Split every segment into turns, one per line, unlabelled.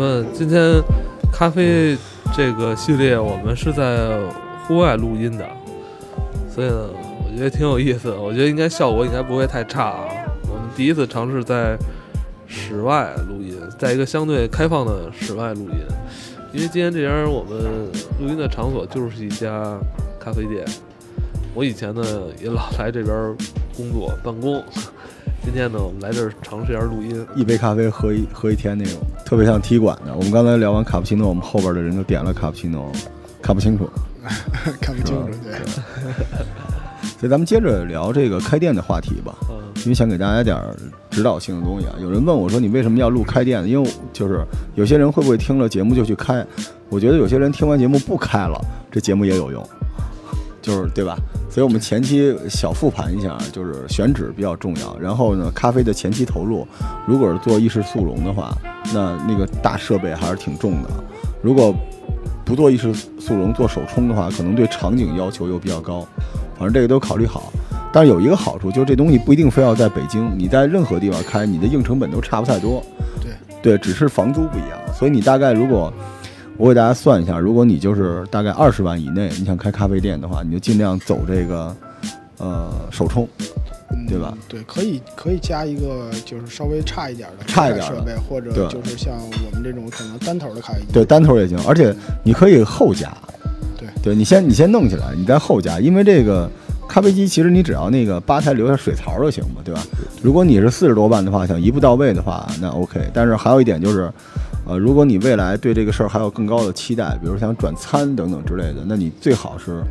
呃今天咖啡这个系列我们是在户外录音的，所以呢，我觉得挺有意思的。我觉得应该效果应该不会太差啊。我们第一次尝试在室外录音，在一个相对开放的室外录音，因为今天这家我们录音的场所就是一家咖啡店。我以前呢也老来这边工作办公，今天呢我们来这儿尝试一下录音。
一杯咖啡喝一喝一天那种，特别像踢馆的。我们刚才聊完卡布奇诺，我们后边的人就点了卡布奇诺，看不清楚。
看不清楚，对，
所以咱们接着聊这个开店的话题吧，
嗯
因为想给大家点儿指导性的东西啊。有人问我说你为什么要录开店呢？因为就是有些人会不会听了节目就去开？我觉得有些人听完节目不开了，这节目也有用， 就是对吧？所以我们前期小复盘一下，就是选址比较重要。然后呢，咖啡的前期投入，如果是做意式速溶的话，那那个大设备还是挺重的。如果不做意式速溶，做手冲的话，可能对场景要求又比较高。反正这个都考虑好。但是有一个好处，就是这东西不一定非要在北京，你在任何地方开，你的硬成本都差不太多。
对
对，只是房租不一样。所以你大概如果我给大家算一下，如果你就是大概二十万以内，你想开咖啡店的话，你就尽量走这个呃手冲，
嗯
对吧？
对，可以可以加一个就是稍微差一点的
差一点的
设备，或者
对
就是像我们这种可能单头的咖啡机，
对单头也行，而且你可以后加。
对
对你先你先弄起来，你再后加，因为这个咖啡机其实你只要那个吧台留下水槽就行嘛，对吧？如果你是四十多万的话，想一步到位的话，那 OK。但是还有一点就是，呃，如果你未来对这个事儿还有更高的期待，比如想转餐等等之类的，那你最好是。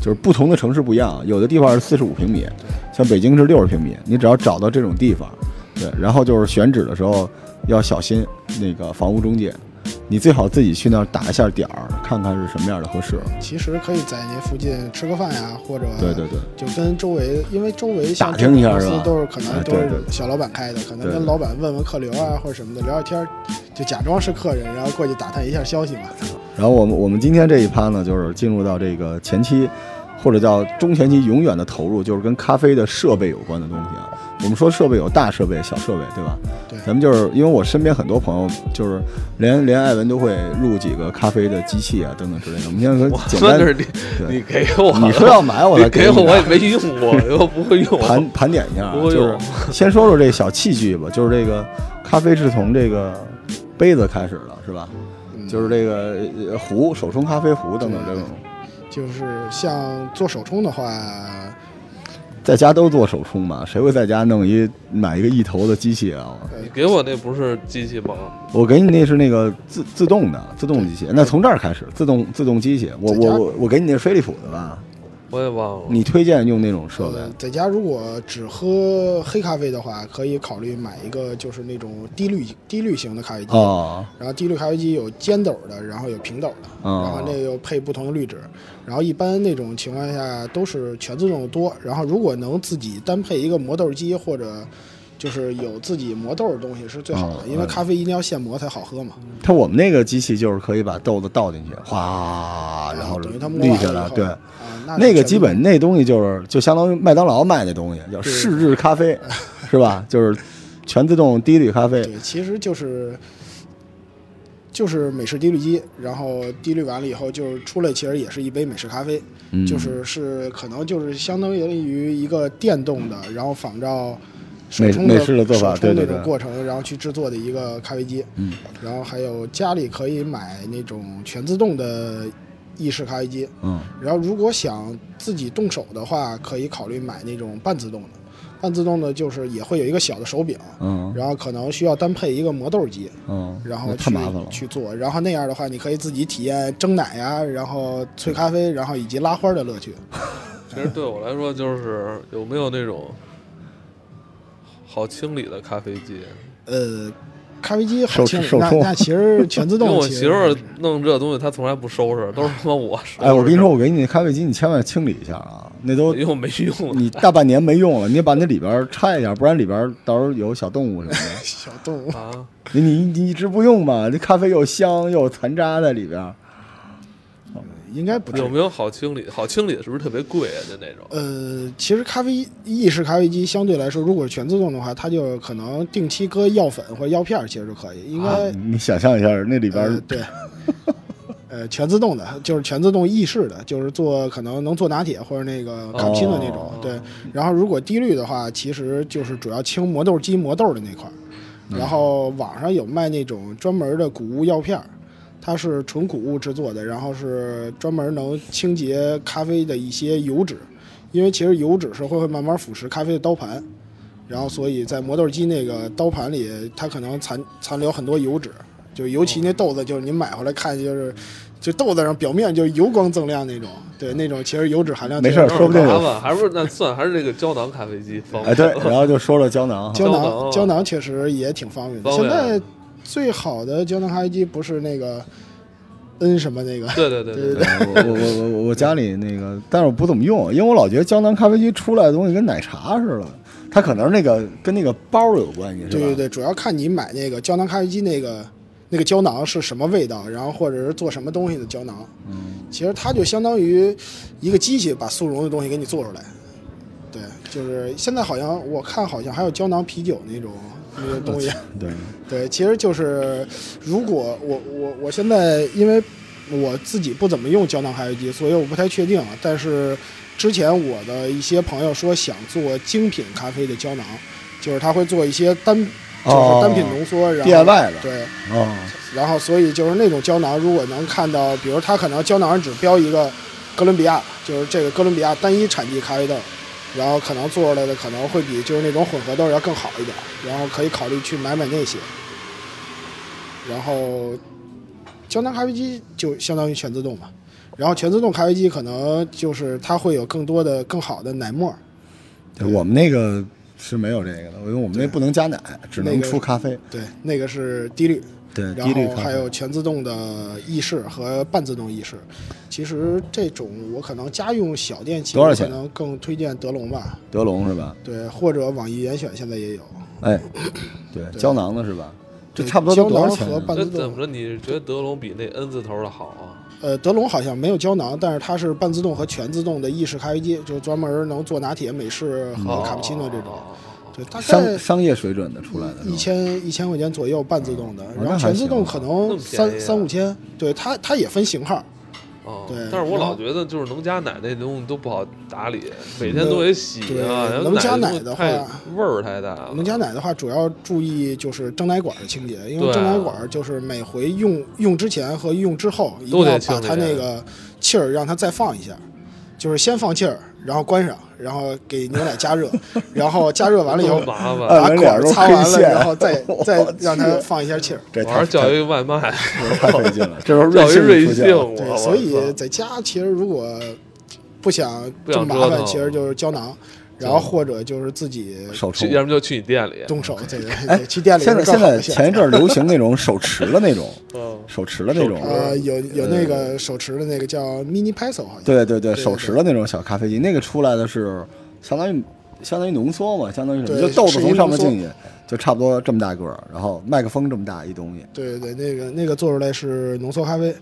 就是不同的城市不一样，有的地方是四十五平米，像北京是六十平米。你只要找到这种地方，对，然后就是选址的时候要小心那个房屋中介，你最好自己去那儿打一下点儿，看看是什么样的合适。
其实可以在那附近吃个饭呀，或者
对对对，
就跟周围，因为周围像
打听一下
这种
是
公
吧
司都是可
哎
能
对
都是
对对
小老板开的，可能
对
跟
对
老板问问客流啊或者什么的聊聊天儿，就假装是客人，然后过去打探一下消息嘛。
然后我们我们今天这一趴呢，就是进入到这个前期，或者叫中前期永远的投入，就是跟咖啡的设备有关的东西啊。我们说设备有大设备、小设备，对吧？
对
咱们就是因为我身边很多朋友，就是连连艾文都会录几个咖啡的机器啊等等之类的。我们现在说简
说
单
的是你，
对
你给我，
你说要买我
你
才
给我，
你
我也没用过， 我不会用。
盘盘点一下啊，
不
就
会用
是先说说这小器具吧，就是这个咖啡是从这个杯子开始的，是吧？
嗯
就是这个呃壶、手冲咖啡壶等等这种，
就是像做手冲的话，
在家都做手冲嘛，谁会在家弄一买一个一头的机器啊？
你给我那不是机器吗？
我给你那是那个自自动的自动机器，那从这儿开始自动自动机器，我我我我给你那飞利浦的吧，
我也
哦
忘了。
你推荐用那种设备
呃，在家如果只喝黑咖啡的话，可以考虑买一个就是那种低滤低滤型的咖啡机。
哦，嗯
然后低滤咖啡机有尖斗的，然后有平斗的，
哦
然后那个又配不同的滤纸。然后一般那种情况下都是全自动的多。然后如果能自己单配一个磨豆机或者。就是有自己磨豆的东西是最好
哦
的，因为咖啡一定要现磨才好喝嘛。
它我们那个机器就是可以把豆子倒进去，哗，然后
啊等于它磨
滤
完
下
了
来，
以后
对。
啊，那
那
是
个
全
基本那东西就是就相当于麦当劳卖那东西，叫
对
试制咖 啡，是吧？就是全自动低滤咖啡。
对，其实就是就是美式滴滤机，然后滴滤完了以后，就是出来其实也是一杯美式咖啡，
嗯
就是是可能就是相当于一个电动的，然后仿照。手
美
冲的
美式的做法
手冲
对对
那
对
种过程，然后去制作的一个咖啡机，
嗯，
然后还有家里可以买那种全自动的意式咖啡机，
嗯，
然后如果想自己动手的话，可以考虑买那种半自动的，半自动的就是也会有一个小的手柄，
嗯
然后可能需要单配一个磨豆机，
嗯，
然
那
后
太
去
麻烦了。
去做。然后那样的话，你可以自己体验蒸奶呀、然后萃咖啡，然后以及拉花的乐趣。
其实对我来说，就是有没有那种好清理的咖啡机？
呃，咖啡机好
手
清理，
手
那
冲
那其实全自
因为
动的
我
其实
媳妇儿
是
弄这东西，她从来不收拾，都是他妈我收拾。
哎，我跟你说，，我给你那咖啡机，你千万清理一下啊，那都
因为我没用。
你大半年没用了，你得把那里边拆一下，不然里边到时候有小动物什么 的。
小动物。
啊，
你你你一直不用嘛，这咖啡又香又有残渣在里边。
应该不至于
有。没有好清理？好清理的是不是特别贵啊？就那种，
呃，其实咖啡意式咖啡机相对来说，如果是全自动的话，它就可能定期搁药粉或者药片，其实就可以。应该、
啊你想象一下，那里边
呃
儿
对， 呃，全自动的，就是全自动意式的，就是做可能能做拿铁或者那个卡布奇诺那
哦
种。对，然后如果低滤的话，其实就是主要清磨豆机磨豆的那块儿。
嗯
然后网上有卖那种专门的谷物药片儿，它是纯谷物制作的，然后是专门能清洁咖啡的一些油脂，因为其实油脂是会会慢慢腐蚀咖啡的刀盘，然后所以在磨豆机那个刀盘里，它可能残残留很多油脂，就尤其那豆子，就是您买回来看就是。就豆子上表面就是油光锃亮那种，对那种其实油脂含量
没
挺
事儿
高的
说不定有
麻烦，还不是那算还是那个胶囊咖啡机
呃
方便。
哎对，然后就说了胶囊哈，
胶
胶囊
囊胶囊确实也挺方便的。
方
现
便
在最好的胶囊咖啡机不是那个 N 什么那个，
对对对对对，
哎我我我我我家里那个，但是我不怎么用，因为我老觉得胶囊咖啡机出来的东西跟奶茶似的，它可能那个跟那个包有关系，是吧？
对对对，主要看你买那个胶囊咖啡机那个那个胶囊是什么味道，然后或者是做什么东西的胶囊。
嗯，
其实它就相当于一个机器把速溶的东西给你做出来。对，就是现在好像我看好像还有胶囊啤酒那种那个东西。
对，
对，其实就是如果我我我现在因为我自己不怎么用胶囊咖啡机，所以我不太确定啊。但是之前我的一些朋友说想做精品咖啡的胶囊，就是他会做一些单就是
哦
单品浓缩，然后
DIY 的
对，
哦，
然后所以就是那种胶囊，如果能看到，比如它可能胶囊上只标一个哥伦比亚，就是这个哥伦比亚单一产地咖啡豆，然后可能做出来的可能会比就是那种混合豆要更好一点，然后可以考虑去买买那些。然后胶囊咖啡机就相当于全自动嘛，然后全自动咖啡机可能就是它会有更多的更好的奶沫，
对我们那个是没有这个的，因为我们那
对
不能加奶，只能
那个
出咖啡，
对，那个是低滤。
对，
然
低滤
后
咖
还有
啡。
全自动的意式和半自动意式。其实这种我可能家用小电器，
多少钱啊
我可能更推荐德龙吧，
德龙是吧？
对，或者网易严选现在也有。
哎，对，
嗯对
胶囊的是吧？这
对
差不多都多少
胶
钱
囊和
啊？
半
那
自
怎么着？
动，
你是觉得德龙比那 N 字头的好啊？
呃，德龙好像没有胶囊，但是它是半自动和全自动的意式咖啡机，就专门能做拿铁、美式和
哦
卡布奇诺这种。
哦
对，大
商
概
商业水准的出来的是吧
一千一千块钱左右半自动的，
哦那
然
还
后全自
行
动可
那么
能
便宜
三
啊
三五千。对，它它也分型号。
哦，
对
但是我
然
老
后嗯
觉得就是能加奶那东西都不好打理，每天都得洗
对
啊。然后
能加
奶东西
奶的
太
话
味儿太大了。
我们加奶的话，主要注意就是蒸奶管的清洁，因
对
为蒸奶管就是每回用用之前和用之后，一定
都得
要
清
把
理
它那个气儿让它再放一下，就是先放气儿，然后关上，然后给牛奶加热，然后加热完了以后 呃
多，麻烦，
哎
把
门
管
脸
儿
都
擦
黑
完了，
线
然后再 再
我去
让它放一下气儿。
这
我还
太
是叫一个外卖，
太费劲了，这时 候
叫一
瑞
瑞
幸出
幸
现了。
我。
对，
我
所以
操
在家其实如果不想
不
这
想
么麻
折
烦，
腾
其实就是胶囊，然后或者就是自己
手冲
去，。要么就去你店里。
动手，对
哎
对对，去店里
现在
是更
现
好
在
的选择
前一 阵儿流行那种手持的那种，
嗯，
手持的那种
手，持
呃，有有那个手持的那个叫 mini pencil，好像
对对对，
对
手持的那种小咖啡机，那个出来的是相当于相当于浓缩嘛，相当于什么？就
对
豆子
是一
从上面
浓缩
进去，就差不多这么大个儿，然后麦克风这么大一东西，
对对对，那个那个做出来是浓缩咖啡，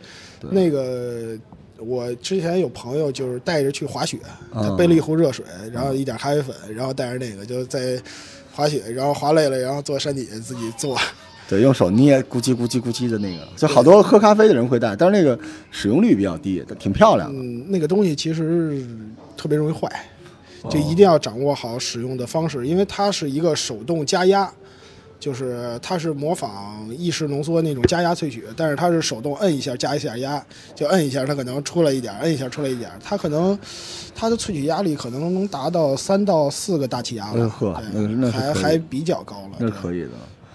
那个我之前有朋友就是带着去滑雪，他
嗯
背了一壶热水，然后一点咖啡粉，然后带着那个就在滑雪，然后滑累了，然后坐山底下自己做，
对，用手捏咕叽咕叽咕叽的那个，就好多喝咖啡的人会带，但是那个使用率比较低，挺漂亮的。
嗯，那个东西其实特别容易坏，
哦
就一定要掌握好使用的方式，因为它是一个手动加压，就是它是模仿意式浓缩那种加压萃取，但是它是手动摁一下加一下压，就摁一下它可能出来一点，摁一下出来一点，它可能它的萃取压力可能能达到三到四个大气压
哎呦
了，
呵
对
那那是
还
可以
还比较高了，
那是
对
可以的，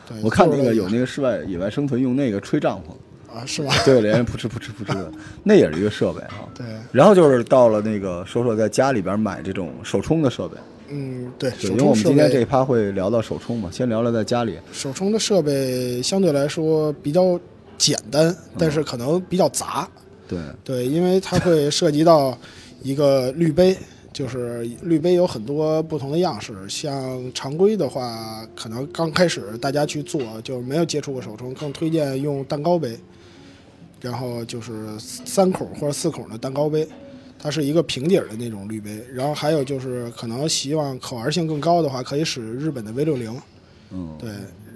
对
我看那
做
个
了
有那个室外野外生存用那个吹帐篷，
啊是吗？
对，连扑哧扑哧扑哧的， 那也是一个设备啊。
对，
然后就是到了那个说说在家里边买这种手冲的设备，
嗯对，
对，
手
因为
冲
我们
设
今天
备
这一趴会聊到手冲嘛，先聊聊在家里。
手冲的设备相对来说比较简单，但是可能比较杂。
对，
对，因为它会涉及到一个滤杯，就是滤杯有很多不同的样式。像常规的话，可能刚开始大家去做就没有接触过手冲，更推荐用蛋糕杯。然后就是三口或者四口的蛋糕杯，它是一个平底儿的那种滤杯。然后还有就是可能希望可玩性更高的话，可以使日本的 V 六零，
嗯，
对，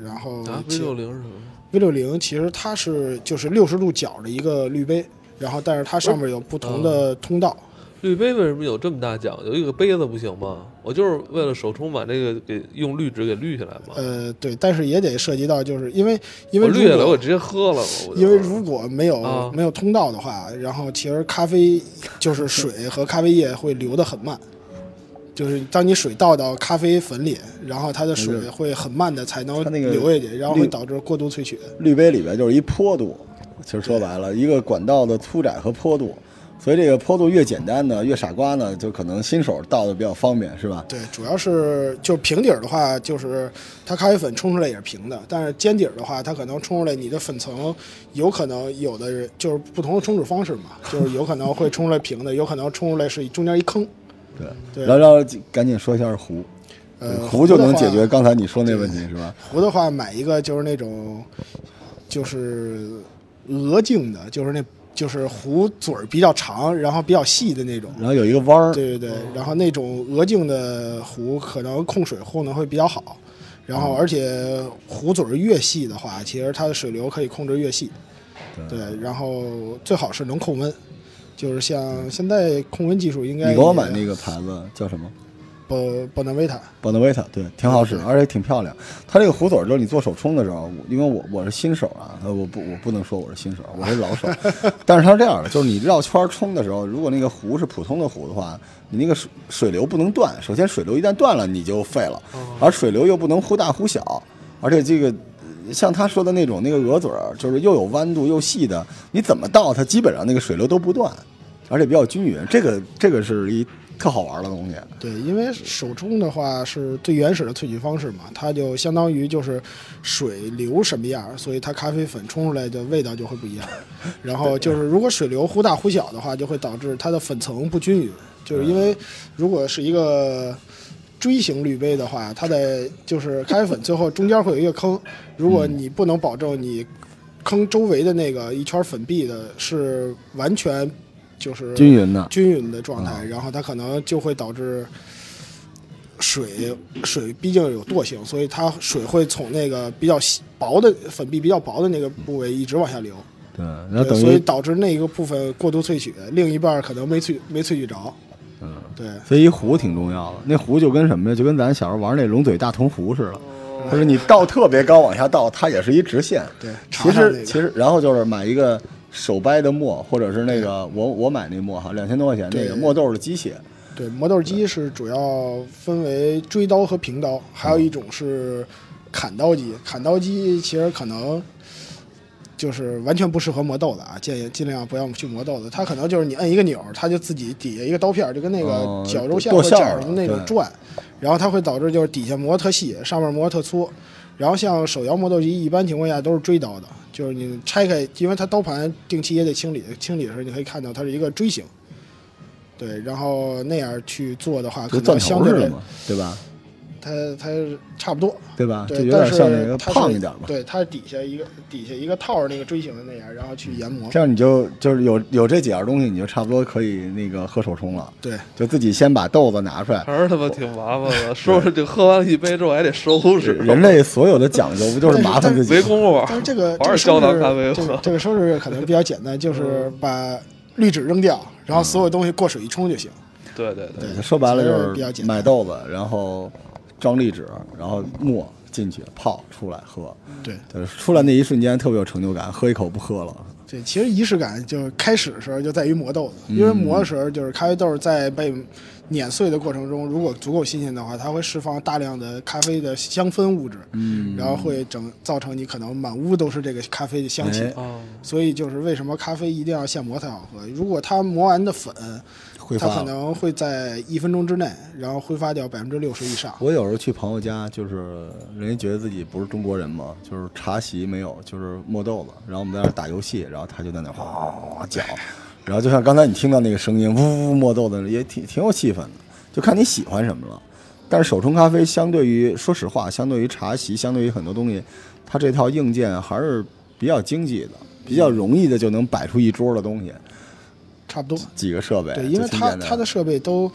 然后
啊
其
，V 六零是什么？
V 六零其实它是就是六十度角的一个滤杯，然后但是它上面有不同
哦
的通道。
滤杯为什么有这么大讲究？一个杯子不行吗？我就是为了手冲把这个给用滤纸给滤下来嘛。
呃，对，但是也得涉及到就是因为因为
我
如
滤下来
果
我直接喝了嘛。我就
因为如果没有、
啊
没有通道的话，然后其实咖啡就是水和咖啡液会流得很慢，就是当你水倒到咖啡粉里，然后它的水会很慢的才能
它那个
流下去，然后会
绿
导致过度萃取。
滤杯里边就是一坡度，其实说白了，一个管道的粗窄和坡度，所以这个坡度越简单呢，越傻瓜呢，就可能新手倒的比较方便，是吧？
对，主要是就平底儿的话，就是它咖啡粉冲出来也是平的，但是尖底儿的话，它可能冲出来你的粉层有可能有的人就是不同的冲煮方式嘛，就是有可能会冲出来平的，有可能冲出来是中间一坑。
对，
对
然后然后赶紧说一下壶，
呃，
壶就能解
壶的
决
话。
刚才你说那问题，是吧？
壶的话，买一个就是那种就是鹅颈的，就是那就是壶嘴儿比较长，然后比较细的那种。
然后有一个弯儿，
对对对，然后那种鹅颈的壶可能控水控的会比较好，然
嗯
后而且壶嘴儿越细的话，其实它的水流可以控制越细。对，然后最好是能控温，就是像现在控温技术应该
你给我买那
个
个牌子叫什么？
波波南维塔，
b o n a v i t a 对，挺好使，
对
而且挺漂亮。它这个壶嘴儿就是你做手冲的时候，我因为我我是新手啊，呃我不我不能说我是新手，我是老手。 但是它是这样的，就是你绕圈儿冲的时候，如果那个壶是普通的壶的话，你那个水水流不能断。首先水流一旦断了，你就废了，而水流又不能忽大忽小，而且这个。呃像他说的那种那个鹅嘴儿，就是又有弯度又细的，你怎么倒它基本上那个水流都不断，而且比较均匀。这个这个是一特好玩儿的东西。
对，因为手冲的话是最原始的萃取方式嘛，它就相当于就是水流什么样儿，所以它咖啡粉冲出来的味道就会不一样。然后就是如果水流忽大忽小的话，就会导致它的粉层不均匀。就是因
嗯
为如果是一个锥形滤杯的话，它的就是咖啡粉最后中间会有一个坑，如果
嗯
你不能保证你坑周围的那个一圈粉壁的是完全就是
均匀的，
均匀的状
啊
态，然后它可能就会导致水水毕竟有惰性，所以它水会从那个比较细薄的粉壁比较薄的那个部位一直往下流，
对，然后
对
等
所以
于，
导致那个部分过度萃取，另一半儿可能没萃没萃取着。
嗯，
对，
所以一壶挺重要的。那壶就跟什么呀？就跟咱小时候玩那龙嘴大铜壶似的，就是你倒特别高往下倒，它也是一直线。
哦对
其
尝尝那
实
个
其实，然后就是买一个手掰的墨，或者是那个我我买那墨哈，两千多块钱那
对
个墨豆的机械，
对，磨豆机是主要分为锥刀和平刀，还有
嗯
一种是砍刀机。砍刀机其实可能就是完全不适合磨豆子啊，建议尽量不要去磨豆子。它可能就是你摁一个钮儿，它就自己底下一个刀片儿，就跟那
哦
个绞肉馅
剁
或
馅
绞
儿
什么那
了
种
对
转，然后它会导致就是底下磨特细，上面磨特粗。然后像手摇磨豆机，一般情况下都是锥刀的，就是你拆开，因为它刀盘定期也得清理，清理的时候你可以看到它是一个锥形。对，然后那样去做的话，
就
可
钻
能相
头
对
似的
来
嘛，对吧？
它它差不多，
对吧？啊就
对，
有
但
点
是
像那个
它是
胖一点嘛。
对，它底下一个底下一个套儿那个锥形的那样，然后去 研磨
这。样你就就是有有这几样东西，你就差不多可以那个喝手冲了，
对，
就自己先把豆子拿出来，
还是他妈挺麻烦 的，收拾这喝完了一杯之后还得收拾，
人类所有的讲究不就是麻烦自己
围
吗？
攻我
但是这个
玩
这
儿
个
胶
收
囊
拾
咖啡嗯
这个
吧。
这个收拾可能比较简单，就是把滤纸扔掉，然
嗯
后所有东西过水一冲就行。
对对对，
对，说白了
其实比
就
较
是
简单
买豆子，然后张粒纸，然后墨进去泡出来喝，
对
就是出来那一瞬间特别有成就感，喝一口不喝了。
对，其实仪式感就是开始的时候就在于磨豆子，因为磨的时候就是咖啡豆在被碾碎的过程中，如果足够新鲜的话，它会释放大量的咖啡的香氛物质，嗯，然后会整造成你可能满屋都是这个咖啡的香气。
哎
哦，
所以就是为什么咖啡一定要现磨才好喝。如果它磨完的粉，
挥
它
发
可
了。
能会在一分钟之内，然后挥发掉百分之六十以上。
我有时候去朋友家，就是人家觉得自己不是中国人嘛，就是茶席没有，就是磨豆子，然后我们在那儿打游戏，然后他就在那儿哗哗哗
哦
哗搅，然后就像刚才你听到那个声音，呜呜呜磨豆子，也挺挺有气氛的，就看你喜欢什么了。但是手冲咖啡相对于，说实话，相对于茶席，相对于很多东西，它这套硬件还是比较经济的。比较容易的就能摆出一桌的东西，
差不多。
几个设备。
对，因为
就哎挺
它
简单
它的设备都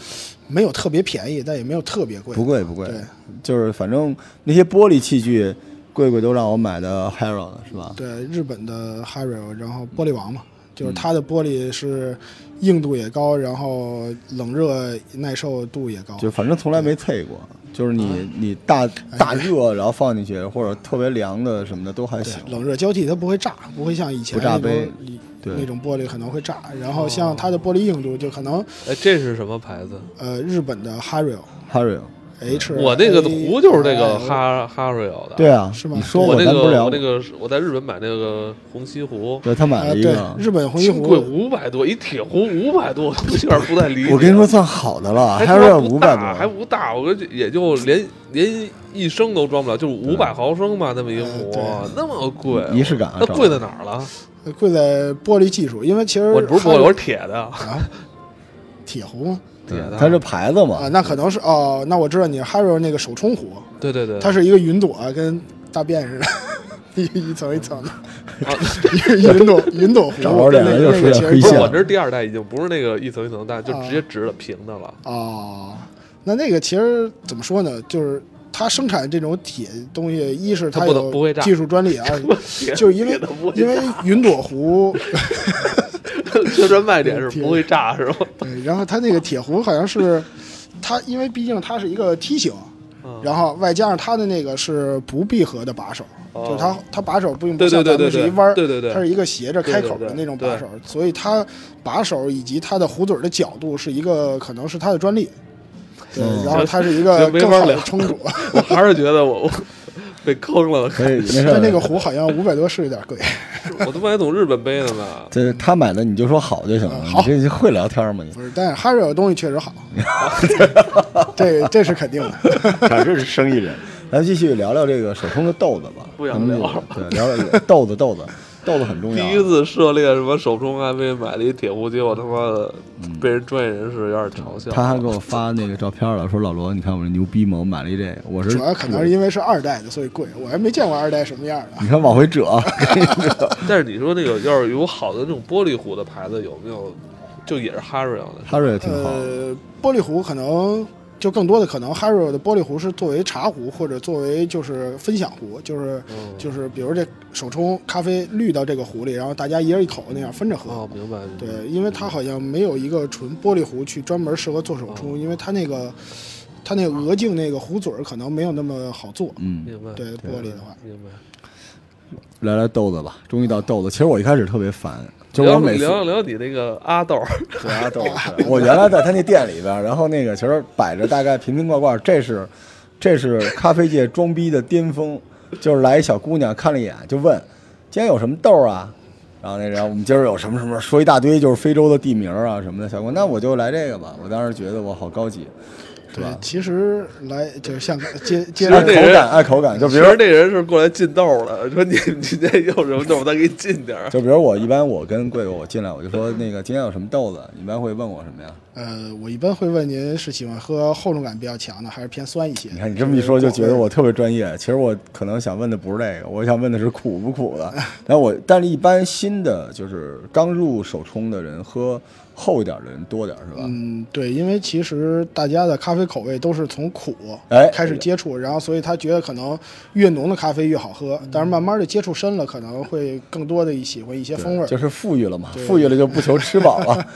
没有特别便宜，但也没有特别贵。
不贵不贵
对，
就是反正那些玻璃器具，贵贵都让我买的 Hero 的是吧？
对，日本的 h a r r o 然后玻璃王嘛，
嗯
就是它的玻璃是硬度也高，然后冷热耐受度也高。
就反正从来没脆过，就是你、
嗯
你大
哎
大热然后放进去，或者特别凉的什么的都还行。
冷热交替，它不会炸，不会像以前
不炸
那
杯
种里
对
那种玻璃可能会炸。然后像它的玻璃硬度，就可能
哎，这是什么牌子？
呃日本的 h a r r o
Hero，
H，
哦我那个壶就是这个
A-
哈哈瑞欧的。
哎对啊，
是吗
你说过
那
咱
个
不是聊
我
过
那个我在日本买那个虹吸壶，
对他买
呃
了一
对
个，
日本红一
挺贵，
壶，
五百多一铁壶，五百多，我有点不太理解。
我跟你说，算好的了
还
，Hero
不
五
大
百多，啊
还不大，我觉得也就连连一升都装不了，就是五百毫升吧，那么一壶
呃，
那么贵，
哎仪式感啊
那
找
贵在
的
哪儿了？
贵在玻璃技术，因为其实
我不是玻璃，
哈
我
瑞
是铁的，
啊，铁壶吗？
铁的。
它是牌子嘛
啊，，那可能是哦，那我知道你 h a r r o 那个手冲壶，
对对对，
它是一个云朵，跟大便似的， 一一层一 层的，
啊
一个云朵云朵壶。
找着点了
那
又
个
说
那
点
个其实
黑
不
线
是
了
我这是第二代，已经不是那个一层一层的蛋，就
啊
直接直的平的了。
哦，那那个其实怎么说呢，就是。它生产这种铁东西，一是
它不能不会
有
炸
技术专利 啊， 就是因为
铁的不会
因为云朵壶，
宣传卖点是不会炸是吧？
对，然后它那个铁壶好像是它，因为毕竟它是一个梯形，
嗯
然后外加上它的那个是不闭合的把手，
哦
就是它它把手不用不
对
像
对对对
咱们是
对，
一弯儿，
对对对，
它是一个斜着开
对
口
对
的
对
那种把手，所以它把手以及它的壶嘴儿的角度是一个可能是它的专利。对，
嗯
然后它是一个
行没
更
法
好的
聊
冲 煮，
我还是觉得 我我被坑了，
可以没事儿。
但那个壶好像五百多是有点贵。
我都买桶日本杯的 呢。
这他买的你就说好就行了，
嗯
你
好
这你会聊天吗？你
不是，但是哈瑞尔的东西确 实好，这这是肯定的。
反正是生意 人。咱继续聊聊这个手冲的豆子吧，
不想
咱们
聊
这个对，聊聊豆子，豆子，豆子很重
啊
要。啊
第一次涉猎什么手冲 IV 买了一铁壶，结果他妈的
嗯
被人专业人士有点嘲笑。
他还给我发那个照片了，说老罗，你看我这牛逼吗？我买了一这个，我是
主要可能是因为是二代的，所以贵。我还没见过二代什么样的。
你看往回折，
但是你说那个要是有好的那种玻璃壶的牌子，有没有就也是 Harry 的？
他说也挺好。
呃，玻璃壶可能就更多的可能哈瑞尔的玻璃壶是作为茶壶或者作为就是分享壶，就是
嗯，
就是比如这手冲咖啡滤到这个壶里，然后大家一人一口那样分着喝。
哦，明白。明白，
对，因为它好像没有一个纯玻璃壶去专门适合做手
哦
冲，因为它那个它那个额颈那个壶嘴儿可能没有那么好做。
嗯，
明白。
对玻璃的话，
明白。
聊聊豆子吧，终于到豆子。其实我一开始特别烦，就是
聊
我每次
聊聊你那个阿豆儿，
对啊，豆子。 我原来在他那店里边儿，然后那个其实摆着大概瓶瓶罐罐，这是这是咖啡界装逼的巅峰，就是来一小姑娘看了一眼就问，今天有什么豆儿啊？然后那然后我们今儿有什么什么，说一大堆就是非洲的地名儿啊什么的。小姑娘，那我就来这个吧。我当时觉得我好高级，是
对
吧，？
其实来就 是像接接
实
爱
那
口
人
感，爱口感。就比
其
如
实那人是过来进豆的，说你你这有什么豆，我再给你进点儿。
就比如我一般我跟贵哥我进来我就说那个今天有什么豆子，你一般会问我什么呀？
呃，我一般会问您是喜欢喝厚重感比较强的，还是偏酸一些？
你看你这么一说，就觉得我特别专业。其实我可能想问的不是这个，我想问的是苦不苦 的。但我但是一般新的就是刚入手冲的人喝厚一点的人多点儿是吧？
嗯，对，因为其实大家的咖啡口味都是从苦
哎
开始接触，然后所以他觉得可能越浓的咖啡越好喝，
嗯
但是慢慢的接触深了，可能会更多的喜欢一些
对
风味儿。
就是富裕了嘛，富裕了就不求吃饱了。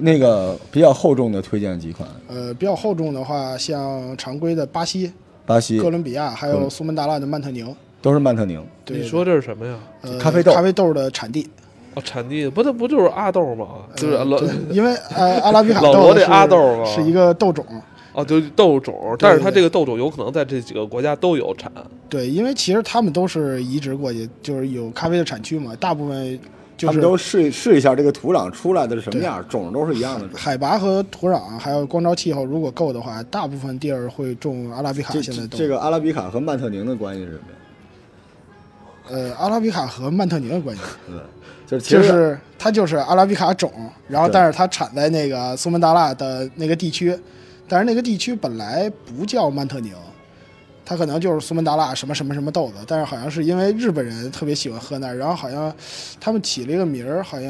那个比较厚重的推荐几款，
呃，比较厚重的话，像常规的巴西、
巴西
哥伦比亚，还
哥
有
伦
苏门答腊的曼特宁。
都是曼特宁，
对，
你说这是什么呀？
呃
咖啡豆
咖啡豆的产地，
哦，产地不，它不就是阿豆吗？就是
呃
老
对因为呃阿拉比卡
老罗
豆
这
是
阿豆嘛
是一个豆种，
哦，就是豆种，但是它这个豆种有可能在这几个国家都有产。
对，因为其实他们都是移植过去，就是有咖啡的产区嘛，大部分就
他们
是
都试试一下这个土壤出来的是什么样，种都是一样的。
海拔和土壤还有光照气候如果够的话，大部分地儿会种阿拉比卡
这
现在
这
都
这个阿拉比卡和曼特宁的关系是什么呀？
呃阿拉比卡和曼特宁的关系，
嗯，就是其
就
实
是它就是阿拉比卡种，然后
对
但是它产在那个苏门答腊的那个地区，但是那个地区本来不叫曼特宁，它可能就是苏门答腊什么什么什么豆子，但是好像是因为日本人特别喜欢喝那儿，然后好像他们起了一个名儿，好像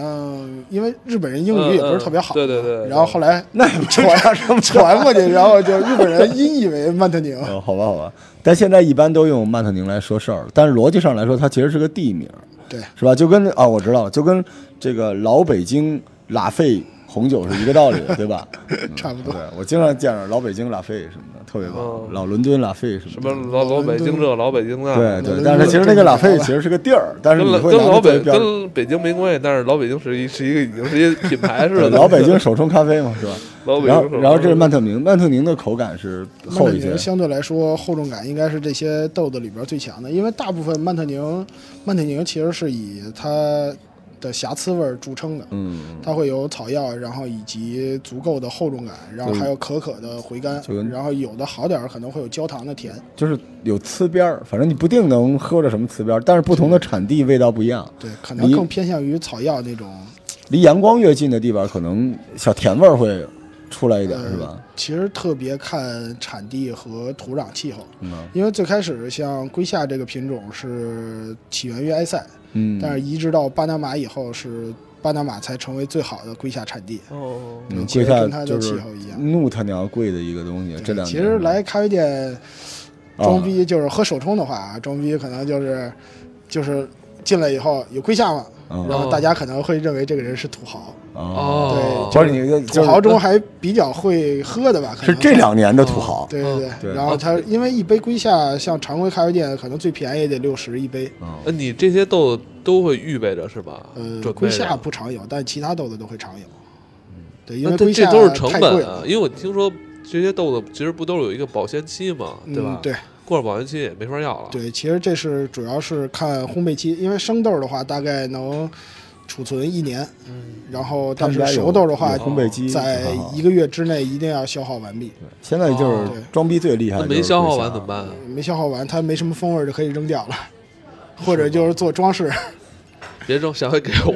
因为日本人英语也不是特别好，
嗯嗯对对对对
然后后来
那也不知道什么
传过去，然后就日本人 引以为曼特宁。
哦，好吧，好吧。但现在一般都用曼特宁来说事儿，但是逻辑上来说，它其实是个地名，
对，
是吧？就跟啊、我知道了，就跟这个老北京拉菲红酒是一个道理，对 吧？
差不多
对，我经常见着老北京拉菲什么的，特别棒。
哦
老伦敦拉菲什
什
么的
么。老老北京这老北京那，
对
老伦
对，
敦
但是它其实那个拉菲其实是个地儿，但是
跟
你
老
会
跟
拿它
老
作为
北
标准。
跟北京没关系，但是老北京是一是一个已经是一个品牌似的
对
东西。
老北京手冲咖啡嘛，是吧？
老北京
然后
手冲
然后这是曼特宁，曼特宁的口感是
曼
厚
特
一些
宁，相对来说厚重感应该是这些豆子里边最强的，因为大部分曼特宁，曼特宁其实是以它的瑕疵味儿著称的，
嗯，
它会有草药，然后以及足够的厚重感，然后还有可可的回甘
就跟，
然后有的好点儿可能会有焦糖的甜，
就是有呲边儿，反正你不定能喝着什么呲边儿，但是不同的产地味道不一样。
对，可能
你
更偏向于草药那种。
离阳光越近的地方，可能小甜味儿会出来一点，
呃
是吧？
其实特别看产地和土壤气候，
嗯
因为最开始像龟夏这个品种是起源于埃塞，
嗯，
但是移植到巴拿马以后是巴拿马才成为最好的龟夏产地。
哦，
嗯
其实
贵下
跟它的
就是
气候一样
怒他娘贵的一个东西，这两
其
年嗯
实来咖啡店装
啊
逼就是喝手冲的话，装逼可能就是就是进来以后有龟夏嘛，
嗯
然后大家可能会认为这个人是土豪，
哦，
哦，
不是你就
土
就
豪
是
中还比较会喝的吧？可
是
能
这两年的土豪，
对对
对
对，然
哦
后它因为一杯龟夏，像常规咖啡店可能最便宜也得六十一杯，
嗯
呃，你这些豆子都会预备着是吧？
呃，
准备
龟
着
夏不常有，但其他豆子都会常有。
嗯
对，因
那
为
这
龟
这
夏
都是成
太贵
本啊，
了，
因为我听说这些豆子其实不都是有一个保鲜期嘛，对吧
嗯，？对，
过了保鲜期也没法要了。
对，其实这是主要是看烘焙期，因为生豆儿的话大概能储存一年，
嗯，
然后
他
但
们
是
家有
熟豆儿的话
有，烘焙机
在
挺好
一个月之内一定要消耗完毕，
现在就是
哦对
装逼最厉害
那
的，
没消耗完怎么？办啊？
没消耗完它没什么风味儿就可以扔掉了。或者就是做 装饰，
别扔，下回给我。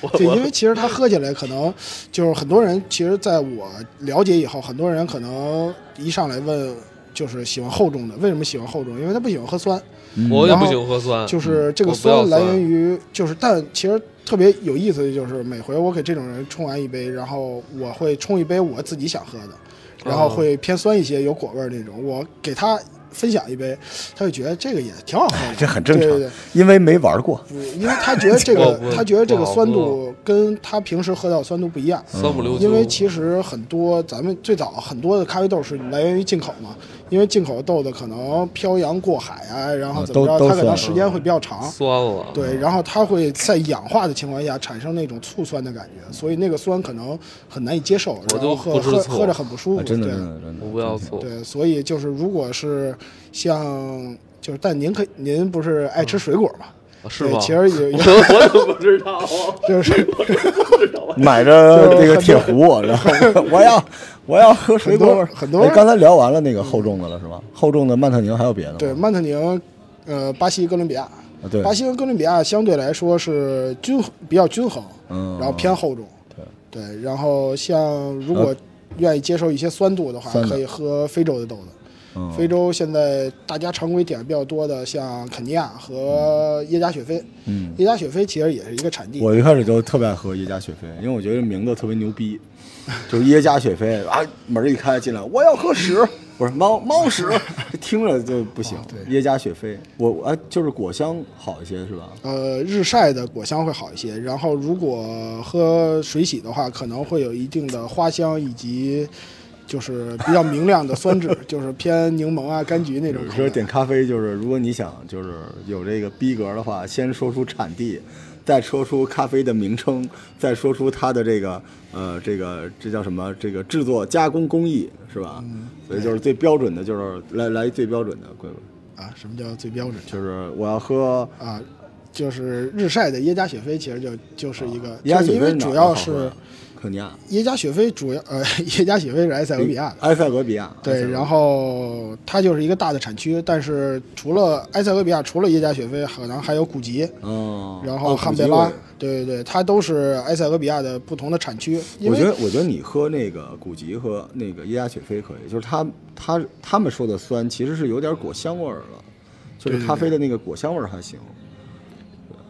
我
对，因
我
为其实它喝起来可能就是很多人，其实在我了解以后，很多人可能一上来问就是喜欢厚重的，为什么喜欢厚重？因为他不喜欢喝酸，
嗯
我也
然
不
后
喜欢喝酸，
就是这个
我不要
酸来
酸
源于，就是但其实特别有意思的就是，每回我给这种人冲完一杯，然后我会冲一杯我自己想喝的，然
嗯
后会偏酸一些，有果味儿那种。我给他分享一杯，他就觉得这个也挺好喝的，
哎这很正常
对对对，
因为没玩过，啊
不因为他觉得这
我
个
不，
他觉得这个
我不嗯
酸度跟他平时喝到的酸度不一样。
酸不溜秋。
因为其实很多咱们最早很多的咖啡豆是来源于进口嘛，因为进口豆子可能漂洋过海啊，然后
啊
怎
都
么着，它
都
可能
算
时间会比较长。
嗯酸了，
对，然后它会在氧化的情况下产生那种醋酸的感觉，所以那个酸可能很难以接受，
就
然后
不
喝
吃
喝
醋
喝着很不舒服。
啊真的
对
真的真的，
我不要醋。
对，所以就是如果是像就是，但您可以您不是爱吃
嗯
水果嘛？
啊是
对
吗？
其实有 有
我我怎么不知道啊？
就是
买着这个铁壶，然后 我要我要喝水果味儿
很多很多
哎刚才聊完了那个厚重的了是吧？厚重的曼特宁还有别的吗？
对曼特宁，呃，巴西、哥伦比亚，
啊对，
巴西跟哥伦比亚相对来说是均衡比较均衡，
嗯，
然后偏厚重。对对，然后像如果愿意接受一些酸度的话
呃酸，的
可以喝非洲的豆子。
嗯
非洲现在大家常规点比较多的，像肯尼亚和耶加雪菲。
嗯，
耶加雪菲其实也是一个产地。
我一开始就特别爱喝耶加雪菲，因为我觉得名字特别牛逼，就是耶加雪菲啊，门一开进来，我要喝屎，不是猫猫 屎，这听着就不行。
哦对
耶加雪菲，我我哎就是果香好一些是吧？
呃，日晒的果香会好一些，然后如果喝水洗的话，可能会有一定的花香以及就是比较明亮的 酸质，就是偏柠檬啊、柑橘那种
有时
口
候
感。
点咖啡就是，如果你想就是有这个逼格的话，先说出产地，再说出咖啡的名称，再说出它的这个呃这个这叫什么？这个制作加工工艺是吧？
嗯
所以就是最标准的，就是来来最标准的，贵贵，
啊，什么叫最标准？
就是我要喝
啊，就是日晒的耶加雪菲，其实就就是一个，
啊耶加
就是
雪
因
菲
为
哪儿
主
的
要
好喝啊
是
呀肯尼亚、
耶加雪菲主要呃， 耶加雪菲是埃塞俄比亚的，
埃塞俄比亚，埃塞俄
对，
比亚
然后它就是一个大的产区，但是除了埃塞俄比亚，除了耶加雪菲，可能还有古吉，
哦，
然
哦
后
古
汉贝
吉
拉，
我
对对对，它都是埃塞俄比亚的不同的产区。因
我觉
为
得，我觉得你喝那个古籍和那个耶加雪菲可以，就是它它他们说的酸其实是有点果香味儿了，就是咖啡的那个果香味儿还行。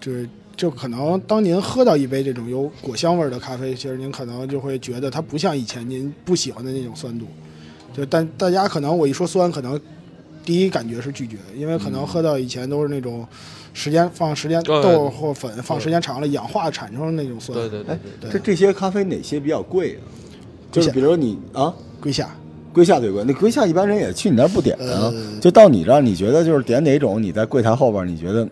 就是就可能当您喝到一杯这种有果香味儿的咖啡，其实您可能就会觉得它不像以前您不喜欢的那种酸度。就但大家可能我一说酸，可能第一感觉是拒绝，因为可能喝到以前都是那种时间放时间
对
豆或粉放
对
时间长了氧化产生的那种酸。
对对对
哎
对，
对
这这些咖啡哪些比较贵啊？就是比如你啊，
跪下。
龟下最贵，那龟下一般人也去你那儿不点啊，
呃
就到你这儿，你觉得就是点哪种？你在柜台后边儿，你觉得嘖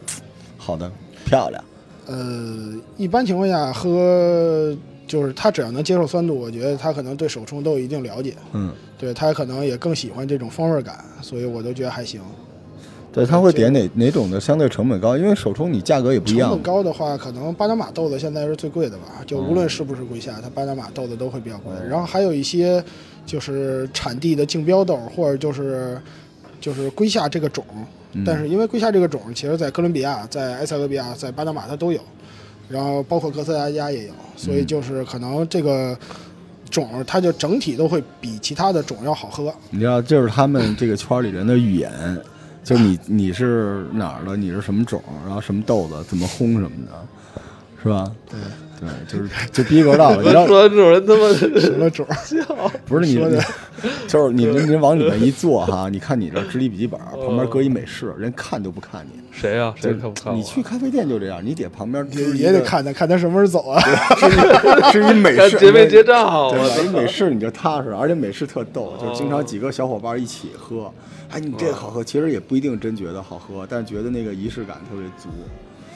好的漂亮，
呃，一般情况下喝，就是他只要能接受酸度，我觉得他可能对手冲都有一定了解，
嗯，
对他可能也更喜欢这种风味感，所以我都觉得还行。
对，他会点哪哪种的相对成本高，因为手冲你价格也不一
成
样嗯
本。高的话，可能巴拿马豆子现在是最贵的吧，就无论是不是贵下，它巴拿马豆子都会比较贵。然后还有一些就是产地的竞标豆，或者就是就是龟下这个种，
嗯
但是因为龟下这个种，其实在哥伦比亚、在埃塞俄比亚、在巴拿马它都有，然后包括哥斯达黎加也有，所
嗯
以就是可能这个种它就整体都会比其他的种要好 喝。
你知道，就是他们这个圈儿里人的语言，就是你你是哪儿的，你是什么种，然后什么豆子，怎么烘什么的，是吧？对对，就是就逼格到了，你知道
说完这种人他 妈
什么种？
不是你
说的
你就是你们您往里面一坐哈，你看你这支离笔记本，
哦
旁边搁一美式，人看都不看你。
谁呀？谁
就
看不看我？啊
你去咖啡店就这样，你点旁边支
也
一
也得
个
看他看他什么时 候走啊。
吃一美
看
式，
结没结账啊？
对
我
吧？
操
一美式你就踏实，而且美式特逗，就是经
哦
常几个小伙伴一起喝。哎，你这个好喝，其实也不一定真觉得好喝，但是觉得那个仪式感特别 足。
哎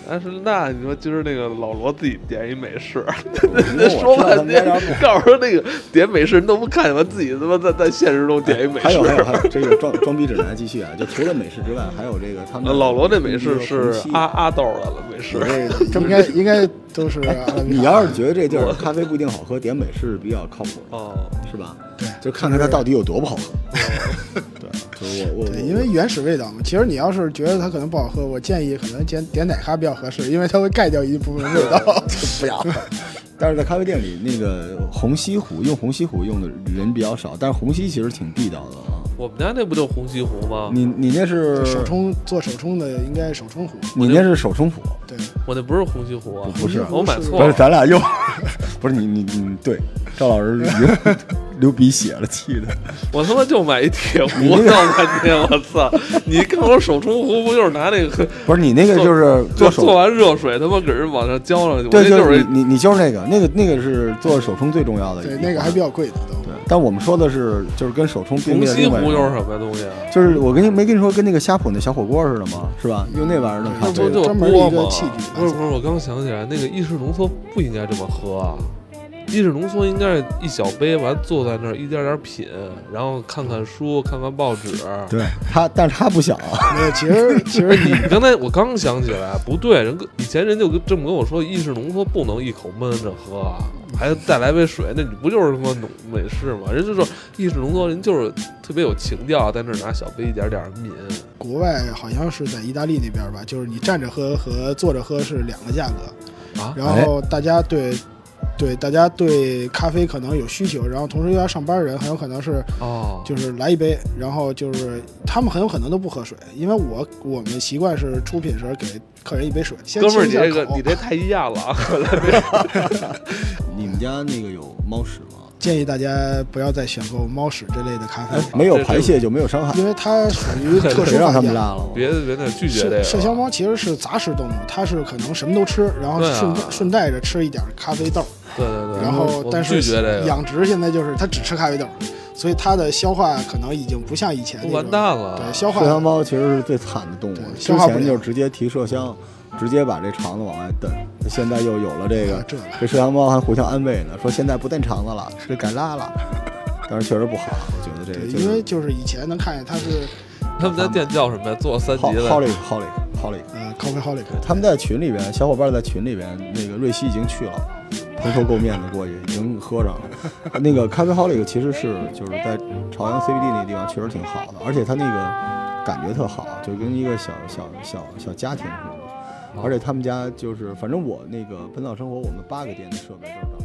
但是那你说今儿那个老罗自己点一美式，
因
那
为
说
我知道他
半
们家
天
家不，
告诉说那个点美式人都不看，他妈自己他妈在在现实中点一美
还有还有
式。
还有，这个装装逼指南继续啊！就除了美式之外，还有这个他
那
们
呃老罗那美式啊
红啊
是
漆
阿阿豆的了，美式
我这 个
应该应该都是啊阿拉
你
比卡
要是觉得这地儿咖啡不一定好喝，点美式比较靠谱，
哦，
是吧？对，就看看它到底有多不好喝。
哦
对，就是我我我
对，因为原始味道嘛。其实你要是觉得它可能不好喝，我建议可能点点奶咖比较合适，因为它会盖掉一部分味道。
不要。但是在咖啡店里，那个虹吸壶用虹吸壶用的人比较少，但是虹吸其实挺地道的啊。
我们家那不就红西湖吗？
你你那是
手，冲做手冲的应该手冲壶，
你那是手冲壶，
对，
我那不是红西湖啊，
不是
我买错
不是
了。
咱俩又 不是你你你对赵老师 流流鼻血了，气的。
我他妈就买一铁壶，闹半天，我 操！你跟我手冲壶不就是拿那个
不是你那个就是做手
做完热水，他妈给人往上浇上去，我
对，
那
就
就是是
你你你就是那个那个那个是做手冲最重要的一
对，
环，
那个还比较贵的都。
对。但我们说的是就是跟手冲并
红
列的
西
另外
湖
一
又
种
是什么东西啊？
就是我跟你没跟你说跟那个呷哺那小火锅似的吗？是吧？用那玩意儿弄咖
那
啡
啊不
对
就
专门
锅
一个
吗
器具
不是不是，我刚想起来，那个意式浓缩不应该这么喝啊！意式浓缩应该是一小杯，完坐在那儿一点点品，然后看看书，看看报纸。
对他，但是他不想啊。
没有，其实其实你
你刚才我刚想起来，不对，人跟以前人就跟这么跟我说，意式浓缩不能一口闷着喝啊，还再来杯水，那你不就是他妈浓美式吗？人就说意式浓缩，人就是特别有情调，在那儿拿小杯一点点抿。
国外好像是在意大利那边吧，就是你站着喝和坐着喝是两个价格
啊
然后大家对。对，大家对咖啡可能有需求，然后同时又要上班的人，很有可能是
哦，
就是来一杯，然后就是他们很有可能都不喝水，因为我我们习惯是出品时候给客人一杯水，先
哥们儿，
清
你
一下
这个
口
你这太一样了啊！
你们家那个有猫屎吗？
建议大家不要再选购猫屎这类的咖啡
哎
了，，
没有排泄就没有伤害，
因为它属 于特殊
谁让他
发
们
现。
拉了？
别别那拒绝这
麝
个。
麝香猫其实是杂食动物，它是可能什么都吃，然后
对啊
顺、顺带着吃一点咖啡豆，
对对对，
然后
我
但
拒
是
绝这个，
养殖现在就是它只吃咖啡豆，所以它的消化可能已经不像以前那
不
种
完蛋了。
对消
麝香
化
猫其实是最惨的动物
对，
之
消化不
前就
良
直接提麝香，直接把这肠子往外蹬，现在又有了这个
啊，这个
这麝香猫还互相安慰呢，说现在不蹬肠子了，是改拉了，但是确实不好，我觉得这个
对，
就
因为
是
就是以前能看见它是
他们家店叫什么呀？做三级
好
的。
好嘞好嘞好嘞。
呃 coffee holic。
他们在群里边，小伙伴在群里边，那个瑞希已经去了，蓬头垢面的过去，已经喝上了。那个咖啡 holic 其实是就是在朝阳 CBD 那地方确实挺好的，而且它那个感觉特好，就跟一个小小小小家庭似的。而且他们家就是，反正我那个本草生活，我们八个店的设备都是找。